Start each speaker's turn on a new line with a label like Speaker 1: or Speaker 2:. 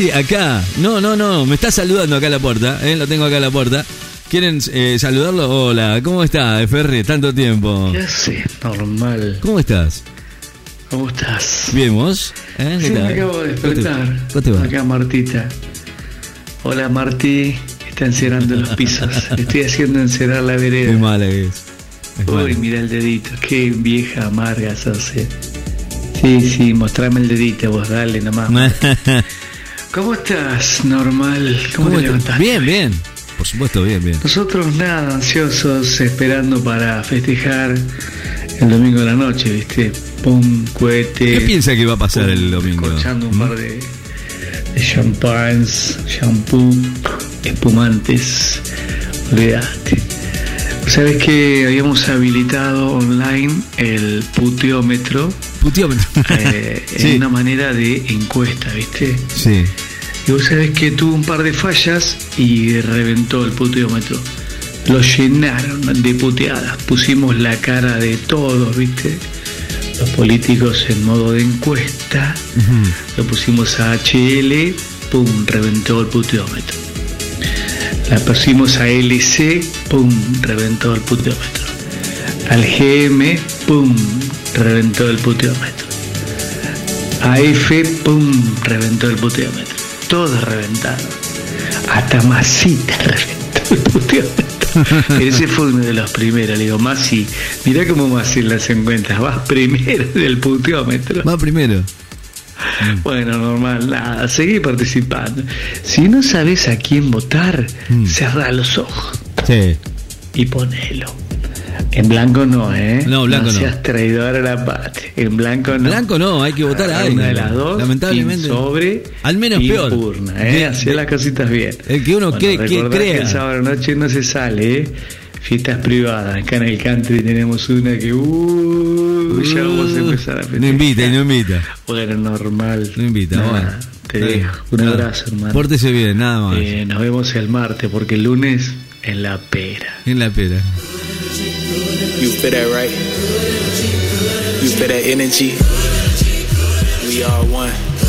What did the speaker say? Speaker 1: Sí, acá. No, no, no. Me está saludando acá a la puerta. ¿eh? Lo tengo acá a la puerta. ¿Quieren eh, saludarlo? Hola, ¿cómo está, Ferre? Tanto tiempo.
Speaker 2: ¿Qué haces? Normal.
Speaker 1: ¿Cómo estás?
Speaker 2: ¿Cómo estás?
Speaker 1: Bien, ¿vos? ¿Eh? ¿Qué
Speaker 2: Sí,
Speaker 1: tal?
Speaker 2: me acabo de despertar.
Speaker 1: ¿Cómo te, cómo te va?
Speaker 2: Acá Martita. Hola Martí. Está encerando los pisos. Estoy haciendo encerar la
Speaker 1: Qué
Speaker 2: vereda.
Speaker 1: mala que eh. es. Es
Speaker 2: Uy,
Speaker 1: mala.
Speaker 2: mira el dedito. Qué vieja amarga sos. eh. Sí, sí, mostrame el dedito vos, dale nomás. ¿Cómo estás? Normal. ¿Cómo,
Speaker 1: ¿Cómo
Speaker 2: te
Speaker 1: te-
Speaker 2: levantás?
Speaker 1: Bien, bien. Por supuesto, bien, bien.
Speaker 2: Nosotros nada, ansiosos, esperando para festejar el domingo de la noche, ¿viste? Pum, cohete.
Speaker 1: ¿Qué piensa que va a pasar el domingo?
Speaker 2: Escuchando un par de, de champagnes, shampoo, espumantes. Olvidaste. Sabes que habíamos habilitado online el puteómetro
Speaker 1: Putiómetro.
Speaker 2: eh,
Speaker 1: Sí.
Speaker 2: en una manera de encuesta, ¿viste?
Speaker 1: Sí.
Speaker 2: Y vos sabés que tuvo un par de fallas y reventó el puteómetro. Lo llenaron de puteadas. Pusimos la cara de todos, ¿viste? Los políticos en modo de encuesta.
Speaker 1: Ujú.
Speaker 2: Lo pusimos a HL, pum, reventó el puteómetro. La pusimos a LC, pum, reventó el puteómetro. Al GM, pum, reventó el puteómetro. A F, pum, reventó el puteómetro. Todos reventaron. Hasta Masita reventó el puteómetro. Pero ese fue uno de los primeros. Le digo, Masi, mirá cómo Masi las encuentras. Vas primero del puteómetro.
Speaker 1: Va primero.
Speaker 2: Bueno, normal, nada, seguí participando. Si no sabes a quién votar,
Speaker 1: Mm.
Speaker 2: cerrá los ojos
Speaker 1: Sí.
Speaker 2: y ponelo. En blanco no, ¿eh?
Speaker 1: No, blanco no.
Speaker 2: seas traidor a la patria. En blanco no.
Speaker 1: Blanco no, hay que votar a
Speaker 2: Agarrá
Speaker 1: alguien.
Speaker 2: Una de las dos.
Speaker 1: Lamentablemente.
Speaker 2: pin Sobre.
Speaker 1: Al menos
Speaker 2: pin
Speaker 1: peor.
Speaker 2: Urna, ¿eh?
Speaker 1: De-
Speaker 2: Hacé las cositas bien.
Speaker 1: el que uno cree- que
Speaker 2: recordá
Speaker 1: crea.
Speaker 2: el sábado noche no se sale, ¿eh? Fiestas privadas. Acá en el country tenemos una que. Uh, ya vamos a empezar a
Speaker 1: Mm. No invita,
Speaker 2: festejar.
Speaker 1: no invita.
Speaker 2: Bueno, normal.
Speaker 1: No invita,
Speaker 2: Nada,
Speaker 1: bueno.
Speaker 2: Te
Speaker 1: Está bien.
Speaker 2: dejo. Un
Speaker 1: Nada.
Speaker 2: abrazo, hermano.
Speaker 1: Pórtese bien, nada más.
Speaker 2: Eh, nos vemos el martes, porque el lunes en la pera.
Speaker 1: En la pera.
Speaker 3: You feel that right? You feel that energy? We are one.